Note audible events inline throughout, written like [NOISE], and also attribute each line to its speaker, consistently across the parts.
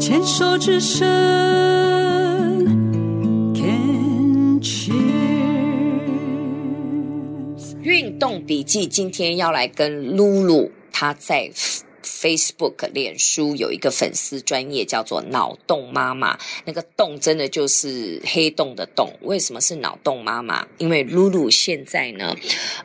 Speaker 1: 牵手之声，Can cheers。
Speaker 2: 运动笔记今天要来跟露露，她在 F- Facebook 脸书有一个粉丝专业叫做“脑洞妈妈”，那个“洞”真的就是黑洞的“洞”。为什么是脑洞妈妈？因为露露现在呢，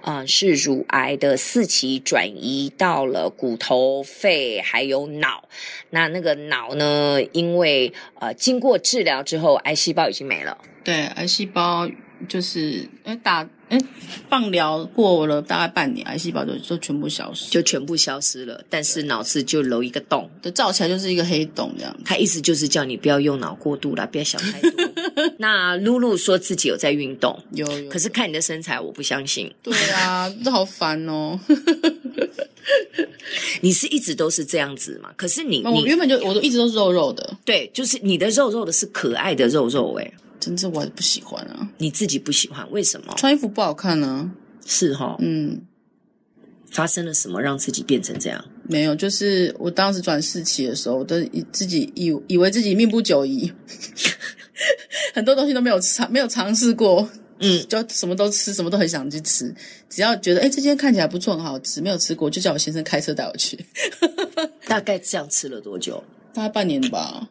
Speaker 2: 呃，是乳癌的四期转移到了骨头、肺还有脑。那那个脑呢，因为呃经过治疗之后，癌细胞已经没了。
Speaker 3: 对，癌细胞就是哎打哎放疗过了大概半年，癌细胞就就全部消失，
Speaker 2: 就全部消失了，但是脑子就留一个洞。
Speaker 3: 就照起来就是一个黑洞这样子。
Speaker 2: 他意思就是叫你不要用脑过度啦，不要想太多。那露露说自己有在运动，
Speaker 3: 有有，
Speaker 2: 可是看你的身材，我不相信。
Speaker 3: 对啊，这好烦哦。
Speaker 2: 你是一直都是这样子嘛？可是 [LAUGHS] 你
Speaker 3: 我
Speaker 2: 你
Speaker 3: 原本就我都一直都是肉肉的，
Speaker 2: 对，就是你的肉肉的是可爱的肉肉诶、
Speaker 3: 真是我不喜欢啊，
Speaker 2: 你自己不喜欢，为什么？
Speaker 3: 穿衣服不好看啊。
Speaker 2: 是哈、
Speaker 3: 嗯，
Speaker 2: 发生了什么让自己变成这样？
Speaker 3: 没有，就是我当时转四期的时候，我都以自己以以为自己命不久矣， [LAUGHS] 很多东西都没有尝没有尝试过，
Speaker 2: 嗯，
Speaker 3: 就什么都吃，什么都很想去吃，只要觉得哎、诶这间看起来不错，很好吃，没有吃过，就叫我先生开车带我去，
Speaker 2: 大概这样吃了多久？
Speaker 3: 大概半年吧。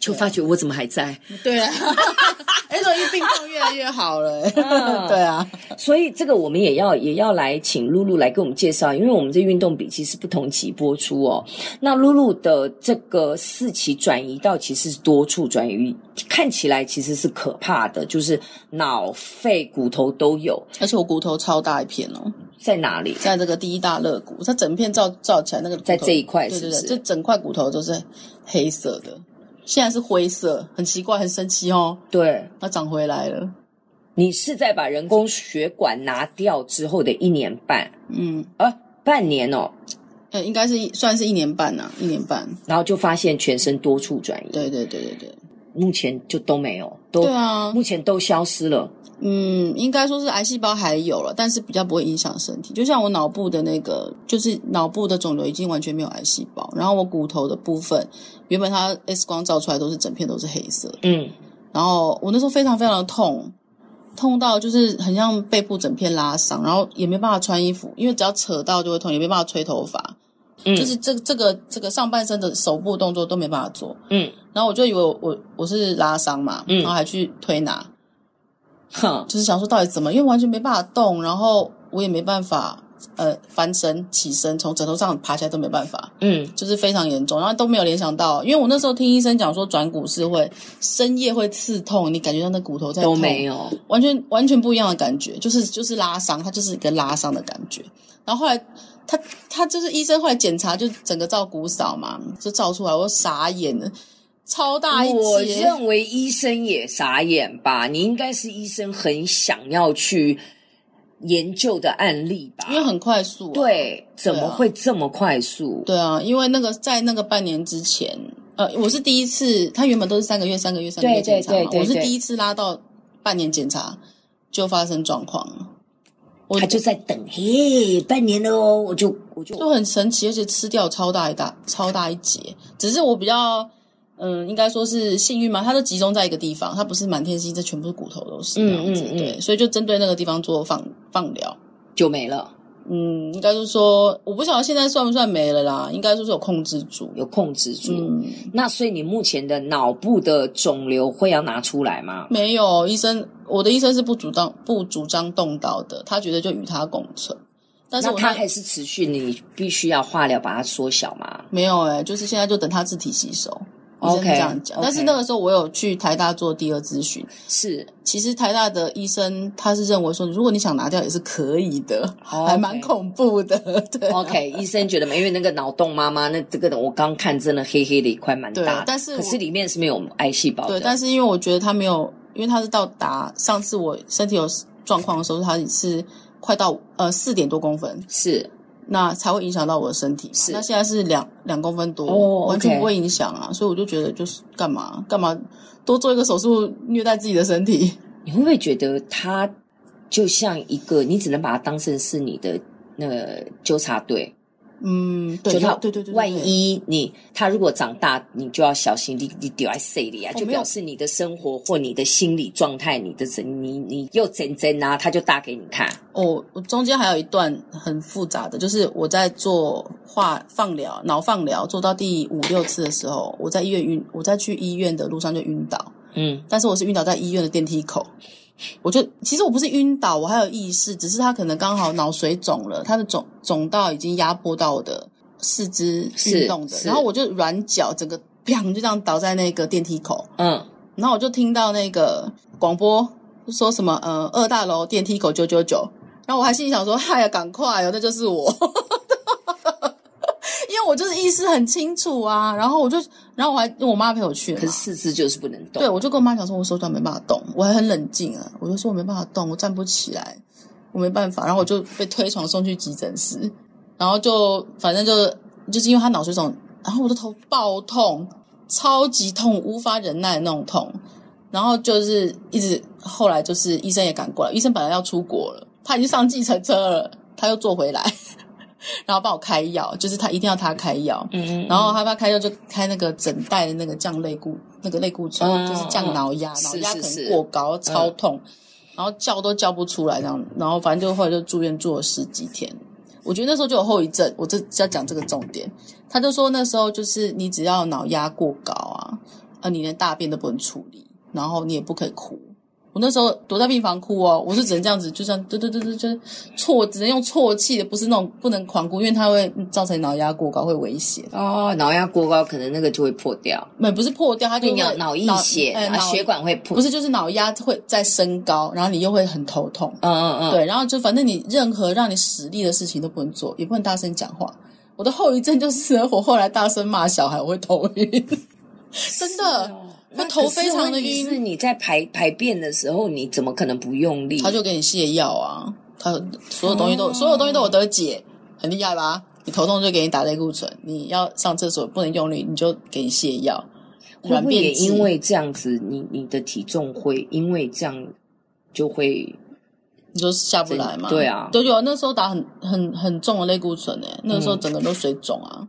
Speaker 2: 就发觉我怎么还在？
Speaker 3: 对啊， [LAUGHS] 哎、所以病痛越来越好了、
Speaker 2: 嗯
Speaker 3: 对啊，
Speaker 2: 所以这个我们也要也要来请露露来给我们介绍，因为我们这运动笔记是不同期播出哦。那露露的这个四期转移到其实是多处转移，看起来其实是可怕的，就是脑、肺、骨头都有，
Speaker 3: 而且我骨头超大一片哦，
Speaker 2: 在哪里？
Speaker 3: 在这个第一大肋骨，它整片照照起来那个骨头
Speaker 2: 在这一块
Speaker 3: 对
Speaker 2: 是
Speaker 3: 对对，
Speaker 2: 不是
Speaker 3: 这整块骨头都是黑色的，现在是灰色，很奇怪，很神奇哦，
Speaker 2: 对
Speaker 3: 它长回来了。
Speaker 2: 你是在把人工血管拿掉之后的一年半
Speaker 3: 嗯，
Speaker 2: 啊，半年哦，
Speaker 3: 呃，应该是一算是一年半呐、啊一年半。
Speaker 2: 然后就发现全身多处转移，
Speaker 3: 对对对对对，
Speaker 2: 目前就都没有，都、
Speaker 3: 对啊，
Speaker 2: 目前都消失了。
Speaker 3: 嗯，应该说是癌细胞还有了，但是比较不会影响身体。就像我脑部的那个，就是脑部的肿瘤已经完全没有癌细胞，然后我骨头的部分，原本它 X 光照出来都是整片都是黑色的，
Speaker 2: 嗯，
Speaker 3: 然后我那时候非常非常的痛，痛到就是很像背部整片拉伤，然后也没办法穿衣服，因为只要扯到就会痛，也没办法吹头发，
Speaker 2: 嗯
Speaker 3: 就是这这个这个上半身的手部动作都没办法做。
Speaker 2: 嗯，
Speaker 3: 然后我就以为我我我是拉伤嘛，
Speaker 2: 嗯
Speaker 3: 然后还去推拿，
Speaker 2: 哼。
Speaker 3: 就是想说到底怎么，因为完全没办法动，然后我也没办法呃翻身起身，从枕头上爬起来都没办法。
Speaker 2: 嗯，
Speaker 3: 就是非常严重，然后都没有联想到，因为我那时候听医生讲说转骨是会深夜会刺痛，你感觉到那骨头在
Speaker 2: 都
Speaker 3: 痛
Speaker 2: 没有。
Speaker 3: 完全完全不一样的感觉，就是就是拉伤，它就是一个拉伤的感觉。然后后来他他就是医生后来检查，就整个照骨扫嘛，就照出来，我傻眼了，超大一
Speaker 2: 我
Speaker 3: 截。
Speaker 2: 认为医生也傻眼吧，你应该是医生很想要去研究的案例吧？
Speaker 3: 因为很快速、啊，
Speaker 2: 对，怎么会这么快速？
Speaker 3: 对啊，因为那个在那个半年之前，呃，我是第一次，他原本都是三个月、三个月、三个月
Speaker 2: 对对
Speaker 3: 检查嘛，
Speaker 2: 对对
Speaker 3: 我是
Speaker 2: 对
Speaker 3: 第一次拉到半年检查就发生状况了，我
Speaker 2: 他就在等，嘿，半年了哦，我就我就
Speaker 3: 就很神奇，而且吃掉超大一大超大一截。只是我比较，嗯，应该说是幸运嘛，它都集中在一个地方，它不是满天星，这全部是骨头都是那样子，
Speaker 2: 嗯嗯嗯
Speaker 3: 对，所以就针对那个地方做放放疗。
Speaker 2: 就没了，
Speaker 3: 嗯，应该是说，我不晓得现在算不算没了啦，应该说是有控制住。
Speaker 2: 有控制住。
Speaker 3: 嗯，
Speaker 2: 那所以你目前的脑部的肿瘤会要拿出来吗？
Speaker 3: 没有医生，我的医生是不主张不主张动刀的，他觉得就与他共存。但是
Speaker 2: 那
Speaker 3: 我
Speaker 2: 它还是持续，你必须要化疗把它缩小吗？
Speaker 3: 没有哎、就是现在就等他自体吸收。医生
Speaker 2: OK，
Speaker 3: 是这样讲
Speaker 2: OK
Speaker 3: 但是那个时候我有去台大做第二咨询，
Speaker 2: 是，
Speaker 3: 其实台大的医生他是认为说，如果你想拿掉也是可以的，
Speaker 2: 哦
Speaker 3: 还蛮恐怖的， [LAUGHS] 对啊
Speaker 2: OK，医生觉得没，因为那个脑洞妈妈那这个我刚看真的黑黑的一块蛮大的
Speaker 3: 对，但是我
Speaker 2: 可是里面是没有癌细胞的。
Speaker 3: 对。但是因为我觉得他没有，因为他是到达上次我身体有状况的时候，他是快到呃四点多公分，
Speaker 2: 是
Speaker 3: 那才会影响到我的身体嘛。
Speaker 2: 是
Speaker 3: 那现在是两两公分多，
Speaker 2: 哦
Speaker 3: 完全
Speaker 2: OK
Speaker 3: 不会影响啊，所以我就觉得就是干嘛干嘛多做一个手术虐待自己的身体。
Speaker 2: 你会不会觉得它就像一个，你只能把它当成是你的那个纠察队，
Speaker 3: 嗯，对，
Speaker 2: 就
Speaker 3: 要
Speaker 2: 他
Speaker 3: 对对对，对
Speaker 2: 万
Speaker 3: 对
Speaker 2: 一你他如果长大，你就要小心，你你丢在谁里啊？
Speaker 3: 哦
Speaker 2: 就
Speaker 3: 没有
Speaker 2: 表示你的生活或你的心理状态，你的整你你又整整啊，他就打给你看。
Speaker 3: 哦，我中间还有一段很复杂的，就是我在做化放疗、脑放疗，做到第五六次的时候，我在医院晕，我在去医院的路上就晕倒，
Speaker 2: 嗯，
Speaker 3: 但是我是晕倒在医院的电梯口。我就其实我不是晕倒，我还有意识，只是他可能刚好脑水肿了，他的肿肿到已经压迫到我的四肢运
Speaker 2: 是
Speaker 3: 动的，
Speaker 2: 是
Speaker 3: 然后我就软脚，整个 [LAUGHS] 砰就这样倒在那个电梯口，
Speaker 2: 嗯，
Speaker 3: 然后我就听到那个广播说什么呃二大楼电梯口九九九，然后我还心里想说嗨呀赶快哦，那就是我， [LAUGHS] 因为我就是意识很清楚啊，然后我就然后我还因为我妈陪我去了
Speaker 2: 可是
Speaker 3: 嘛，
Speaker 2: 四肢就是不能动。
Speaker 3: 对我就跟我妈讲说我手脚没办法动，我还很冷静啊，我就说我没办法动，我站不起来，我没办法，然后我就被推床送去急诊室，然后就反正就就是因为他脑水肿，然后我的头爆痛，超级痛，无法忍耐的那种痛，然后就是一直后来就是医生也赶过来，医生本来要出国了，他已经上计程车了，他又坐回来， [LAUGHS] 然后帮我开药，就是他一定要他开药，
Speaker 2: 嗯，嗯，
Speaker 3: 然后他怕开药就开那个整袋的那个降类固那个类固醇，
Speaker 2: 嗯
Speaker 3: 就是降脑压，
Speaker 2: 嗯
Speaker 3: 脑压可
Speaker 2: 是是嗯
Speaker 3: 能
Speaker 2: 是
Speaker 3: 过高，超痛，然后叫都叫不出来这样，然后反正就后来就住院住了十几天。我觉得那时候就有后遗症，我这要讲这个重点。他就说那时候就是你只要脑压过高啊，呃，你连大便都不能处理，然后你也不可以哭。我那时候躲在病房哭哦，我是只能这样子，就像对对对对，就是啜，只能用啜泣的，不是那种不能狂哭，因为它会造成脑压过高，会危险。
Speaker 2: 哦，脑压过高，可能那个就会破掉，
Speaker 3: 没不是破掉，它就
Speaker 2: 对
Speaker 3: 会
Speaker 2: 脑脑溢血，
Speaker 3: 哎
Speaker 2: 啊，
Speaker 3: 脑
Speaker 2: 血管会破。
Speaker 3: 不是就是脑压会再升高，然后你又会很头痛。
Speaker 2: 嗯嗯嗯，
Speaker 3: 对，然后就反正你任何让你使力的事情都不能做，也不能大声讲话。我的后遗症就是我后来大声骂小孩，我会头晕，真的。
Speaker 2: 那
Speaker 3: 会头非常的
Speaker 2: 可是问题
Speaker 3: 晕
Speaker 2: 是你在排排便的时候，你怎么可能不用力？
Speaker 3: 他就给你泻药啊，他所有东西都、
Speaker 2: 哦
Speaker 3: 所有东西都有得解，很厉害吧？你头痛就给你打类固醇，你要上厕所不能用力，你就给你泻药。
Speaker 2: 会
Speaker 3: 软
Speaker 2: 不会也
Speaker 3: 便剂
Speaker 2: 因为这样子，你你的体重会因为这样就会
Speaker 3: 你就下不来嘛？
Speaker 2: 对啊
Speaker 3: 对有那时候打很很很重的类固醇诶、欸那个
Speaker 2: 嗯
Speaker 3: 时候整个人都水肿啊，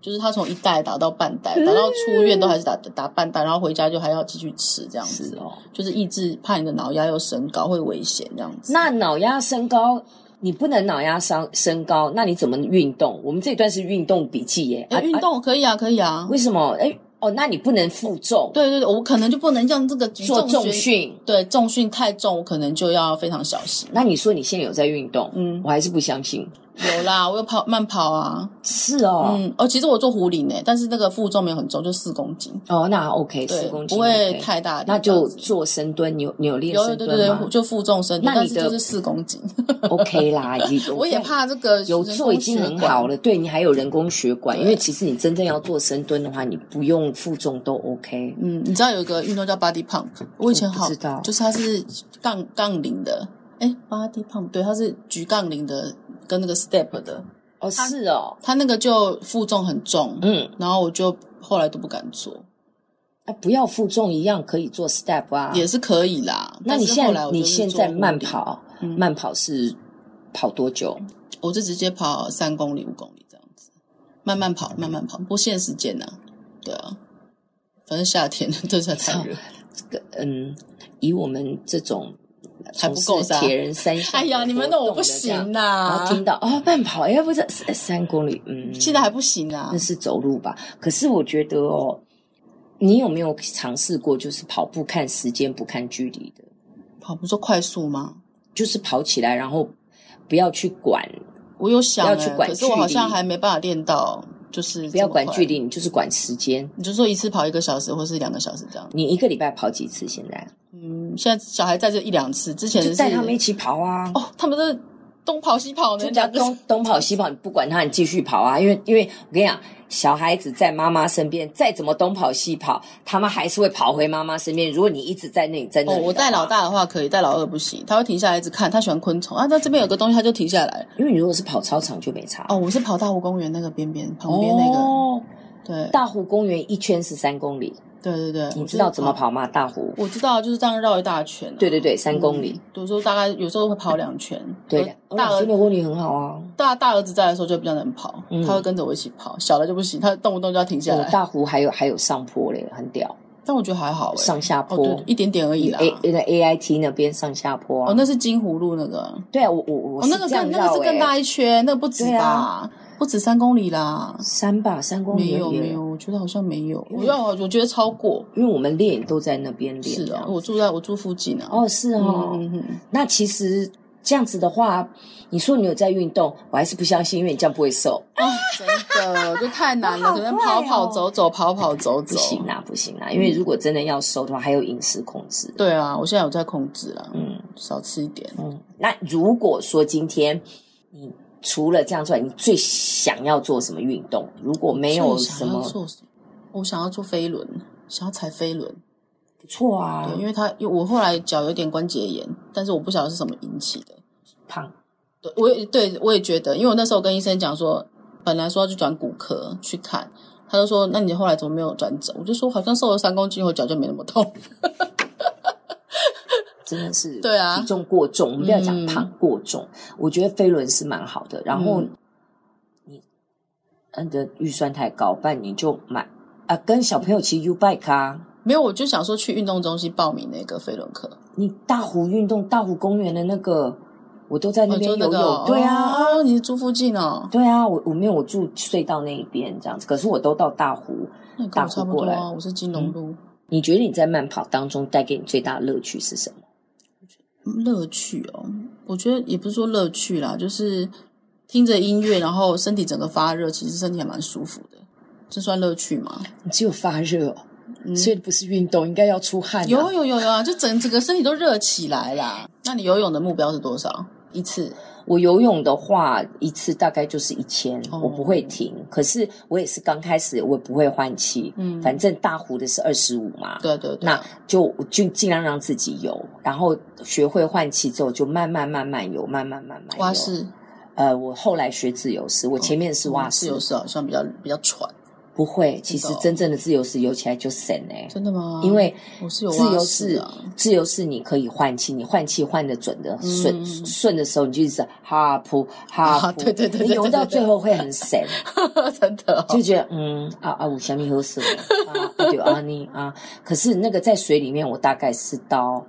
Speaker 3: 就是他从一袋打到半
Speaker 2: 嗯
Speaker 3: 袋，打到出院都还是打打半袋，然后回家就还要继续吃这样
Speaker 2: 是
Speaker 3: 子，
Speaker 2: 哦？
Speaker 3: 就是抑制怕你的脑压又升高会危险这样子。
Speaker 2: 那脑压升高，你不能脑压升升高，那你怎么运动？我们这一段是运动笔记耶，
Speaker 3: 诶
Speaker 2: 啊
Speaker 3: 运、动可以啊，可以啊
Speaker 2: 啊。为什么？哎哦，那你不能负重，
Speaker 3: 对对对，我可能就不能让这个举
Speaker 2: 做重
Speaker 3: 学
Speaker 2: 训。
Speaker 3: 对重训太重，我可能就要非常小心。
Speaker 2: 那你说你现在有在运动？
Speaker 3: 嗯
Speaker 2: 我还是不相信。
Speaker 3: 有啦，我有跑慢跑啊，
Speaker 2: 是哦，
Speaker 3: 嗯，哦，其实我做壶铃诶，但是那个负重没有很重，就四公斤，
Speaker 2: 哦，那 OK，
Speaker 3: 对
Speaker 2: 十，公斤
Speaker 3: 不会
Speaker 2: OK
Speaker 3: 太大力这
Speaker 2: 那
Speaker 3: 样
Speaker 2: 就
Speaker 3: 子。
Speaker 2: 做深蹲，你有你有练
Speaker 3: 有
Speaker 2: 深
Speaker 3: 有对
Speaker 2: 蹲吗
Speaker 3: 对对，
Speaker 2: [LAUGHS]
Speaker 3: 就负重深蹲，
Speaker 2: 那
Speaker 3: 但
Speaker 2: 你
Speaker 3: 是
Speaker 2: 的
Speaker 3: 就是四公斤。
Speaker 2: o k
Speaker 3: [LAUGHS]
Speaker 2: 啦，已经
Speaker 3: 我也怕这个
Speaker 2: 有
Speaker 3: 人
Speaker 2: 做
Speaker 3: 工
Speaker 2: 已经
Speaker 3: 血
Speaker 2: 很
Speaker 3: 管
Speaker 2: 好。了。对你还有人工血管，
Speaker 3: 对
Speaker 2: 因为其实你真正要做深蹲的话，你不用负重都 OK。
Speaker 3: 嗯，你知道有一个运动叫 body pump，我以前好
Speaker 2: 我不知道
Speaker 3: 就是它是杠杠铃的，哎，body pump，对，它是举杠铃的跟那个 step 的，
Speaker 2: 哦，是哦，
Speaker 3: 它那个就负重很重，
Speaker 2: 嗯，
Speaker 3: 然后我就后来都不敢做，
Speaker 2: 那不要负重一样可以做 step 啊。
Speaker 3: 也是可以啦。
Speaker 2: 那你
Speaker 3: 但是
Speaker 2: 现
Speaker 3: 后
Speaker 2: 在
Speaker 3: 来我
Speaker 2: 你
Speaker 3: 就是
Speaker 2: 现
Speaker 3: 做
Speaker 2: 在
Speaker 3: 壶
Speaker 2: 慢
Speaker 3: 铃，
Speaker 2: 跑，
Speaker 3: 嗯
Speaker 2: 慢跑是跑多久？
Speaker 3: 我就直接跑三公里、五公里这样子，慢慢跑，慢慢跑，不限时间呐、对啊，反正夏天 [LAUGHS] 对才太热。
Speaker 2: 这个嗯，以我们这种呃
Speaker 3: 还不
Speaker 2: 从
Speaker 3: 够
Speaker 2: 事
Speaker 3: 是吧
Speaker 2: 铁人三项，
Speaker 3: 哎呀，你们那我不行。啊
Speaker 2: 然
Speaker 3: 呐、
Speaker 2: 后听到哦，慢跑，哎，不是三三公里，嗯，
Speaker 3: 现在还不行啊
Speaker 2: 那。是走路吧。可是我觉得哦，你有没有尝试过，就是跑步看时间不看距离的，
Speaker 3: 跑步说快速吗？
Speaker 2: 就是跑起来，然后不要去管，
Speaker 3: 我有想、
Speaker 2: 要
Speaker 3: 欸，
Speaker 2: 去管
Speaker 3: 可是我好像
Speaker 2: 距离
Speaker 3: 还没办法练到，就是
Speaker 2: 不要管距
Speaker 3: 离。
Speaker 2: 离，你就是管时间。
Speaker 3: 你就说一次跑一个小时或是两个小时这样。
Speaker 2: 你一个礼拜跑几次？现在
Speaker 3: 嗯，现在小孩在这一两次，之前
Speaker 2: 就是带他们一起跑啊，
Speaker 3: 哦，他们都是东跑西跑呢，
Speaker 2: 就叫
Speaker 3: 两个
Speaker 2: 东东跑西跑，你不管他，你继续跑啊。因为因为我跟你讲，小孩子在妈妈身边，再怎么东跑西跑，他们还是会跑回妈妈身边。如果你一直在那里，在那
Speaker 3: 哦，
Speaker 2: 里的话，
Speaker 3: 我带老大的话可以，带老二不行，他会停下来一直看，他喜欢昆虫啊。那这边有个东西，他就停下来。
Speaker 2: 因为你如果是跑操场就没差
Speaker 3: 哦，我是跑大湖公园那个边边旁边那个，
Speaker 2: 哦
Speaker 3: 对，
Speaker 2: 大湖公园一圈是三公里，
Speaker 3: 对对对，
Speaker 2: 你
Speaker 3: 哦我
Speaker 2: 知道
Speaker 3: 就是
Speaker 2: 怎么？跑吗？大湖？
Speaker 3: 我知道，就是这样绕一大圈、啊。
Speaker 2: 对对对，三公里
Speaker 3: 嗯。，有时候大概有时候会跑两圈。
Speaker 2: 对
Speaker 3: 呃
Speaker 2: 的，哦
Speaker 3: 大
Speaker 2: 老
Speaker 3: 儿
Speaker 2: 师的问题很好啊。
Speaker 3: 大大儿子在的时候就比较能跑，
Speaker 2: 嗯
Speaker 3: 他会跟着我一起跑，小的就不行，他动不动就要停下
Speaker 2: 我
Speaker 3: 来。
Speaker 2: 大湖还有还有上坡嘞，很屌，
Speaker 3: 但我觉得还好、欸，
Speaker 2: 上下坡。
Speaker 3: 哦对，一点点而已啦。
Speaker 2: A 那 A I T 那边上下坡啊。
Speaker 3: 哦，那是金湖路那个，
Speaker 2: 对啊，我我我
Speaker 3: 哦，那个
Speaker 2: 这样
Speaker 3: 更那个
Speaker 2: 绕
Speaker 3: 是更
Speaker 2: 欸
Speaker 3: 大一圈，那个不止
Speaker 2: 对
Speaker 3: 吧？
Speaker 2: 啊
Speaker 3: 不止三公里啦。
Speaker 2: 三吧，三公里
Speaker 3: 没有
Speaker 2: 而已
Speaker 3: 没有，，我觉得好像没有，
Speaker 2: 因
Speaker 3: 我
Speaker 2: 为
Speaker 3: 要我觉得超过。
Speaker 2: 因为我们练都在那边练。
Speaker 3: 是
Speaker 2: 这
Speaker 3: 啊，
Speaker 2: 样
Speaker 3: 我住在我住附近啊。
Speaker 2: 哦，是哦。
Speaker 3: 嗯，嗯嗯
Speaker 2: 那其实这样子的话，你说你有在运动，我还是不相信，因为你这样不会瘦。
Speaker 3: 啊，真的就太难了，
Speaker 2: 我好
Speaker 3: 只能
Speaker 2: 坏
Speaker 3: 跑
Speaker 2: 哦
Speaker 3: 跑走走，跑跑
Speaker 2: 不
Speaker 3: 走走。
Speaker 2: 行啊啦，不行啦，因为如果真的要瘦的话，还有饮食控制。
Speaker 3: 对啊，我现在有在控制啦，
Speaker 2: 嗯
Speaker 3: 少吃一点。
Speaker 2: 嗯。那如果说今天你除了这样之外，你最想要做什么运动？如果没有
Speaker 3: 所以
Speaker 2: 什
Speaker 3: 想要
Speaker 2: 么，
Speaker 3: 做什么，我想要做飞轮，想要踩飞轮。
Speaker 2: 不错啊
Speaker 3: 对，，因为它因为我后来脚有点关节炎，但是我不晓得是什么引起的。
Speaker 2: 胖
Speaker 3: 对，我也对我也觉得，因为我那时候跟医生讲说，本来说要去转骨科去看，他就说那你后来怎么没有转诊？我就说好像瘦了三公斤以后脚就没那么痛。 [LAUGHS]
Speaker 2: 真的是
Speaker 3: 对啊
Speaker 2: 体重过重，我们不要讲
Speaker 3: 嗯
Speaker 2: 胖过重，我觉得飞轮是蛮好的。然后
Speaker 3: 嗯
Speaker 2: 你嗯你的预算太高，不然你就买啊，跟小朋友骑 U bike 啊。
Speaker 3: 没有，我就想说去运动中心报名那个飞轮课，
Speaker 2: 你大湖运动、大湖公园的那个，我都在那边
Speaker 3: 哦就
Speaker 2: 游泳。
Speaker 3: 那个哦
Speaker 2: 对啊，
Speaker 3: 哦，你是住附近哦，
Speaker 2: 对啊，我我没有我住隧道那一边这样子，可是我都到大湖。
Speaker 3: 那你跟
Speaker 2: 大
Speaker 3: 我差不
Speaker 2: 湖过
Speaker 3: 多
Speaker 2: 来嗯
Speaker 3: 啊，我是金融路。
Speaker 2: 你觉得你在慢跑当中带给你最大的乐趣是什么？
Speaker 3: 乐趣哦，我觉得也不是说乐趣啦，就是听着音乐，然后身体整个发热，其实身体还蛮舒服的，这算乐趣吗？
Speaker 2: 你只有发热、哦，
Speaker 3: 嗯
Speaker 2: 所以不是运动，应该要出汗、啊。
Speaker 3: 有有有有啊，就整整个身体都热起来啦。那你游泳的目标是多少一次？
Speaker 2: 我游泳的话，一次大概就是一千、
Speaker 3: 哦
Speaker 2: 我不会停。可是我也是刚开始，我也不会换气。
Speaker 3: 嗯
Speaker 2: 反正大湖的是二十五嘛，
Speaker 3: 对对啊对，
Speaker 2: 那就我就尽量让自己游，然后学会换气之后，就慢慢慢慢游，慢慢慢慢游。
Speaker 3: 蛙式哦嗯
Speaker 2: 呃，我后来学自由式，我前面是蛙式，
Speaker 3: 自由式好像比较比较喘，
Speaker 2: 不会。其实
Speaker 3: 真的哦哦
Speaker 2: 真正的自由式游起来就省哎、
Speaker 3: 真的吗？
Speaker 2: 因为
Speaker 3: 我是有
Speaker 2: 自
Speaker 3: 蛙
Speaker 2: 由
Speaker 3: 式
Speaker 2: 式
Speaker 3: 啊，， [LAUGHS]
Speaker 2: 自由式你可以换气，你换气换的准的
Speaker 3: 嗯
Speaker 2: 顺顺的时候，你就一直哈扑哈
Speaker 3: 啊
Speaker 2: 扑，
Speaker 3: 对对对对
Speaker 2: 你游
Speaker 3: 对
Speaker 2: 到
Speaker 3: 对
Speaker 2: 最后会很 [LAUGHS] 省，
Speaker 3: 真的哦
Speaker 2: 就觉得嗯啊啊，我想你喝水啊，啊对啊你啊，可是那个在水里面，我大概是到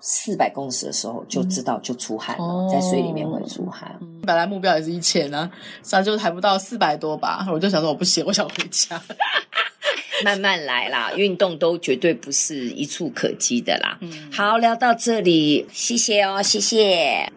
Speaker 2: 四百公尺的时候就知道就出汗了，
Speaker 3: 哦
Speaker 2: 在水里面会出汗。
Speaker 3: 本来目标也是一千啊，上就还不到四百多吧，我就想说我不行，我想回家。
Speaker 2: 慢慢来啦，运动都绝对不是一触可及的啦。
Speaker 3: 嗯
Speaker 2: 好，聊到这里，谢谢哦，谢谢。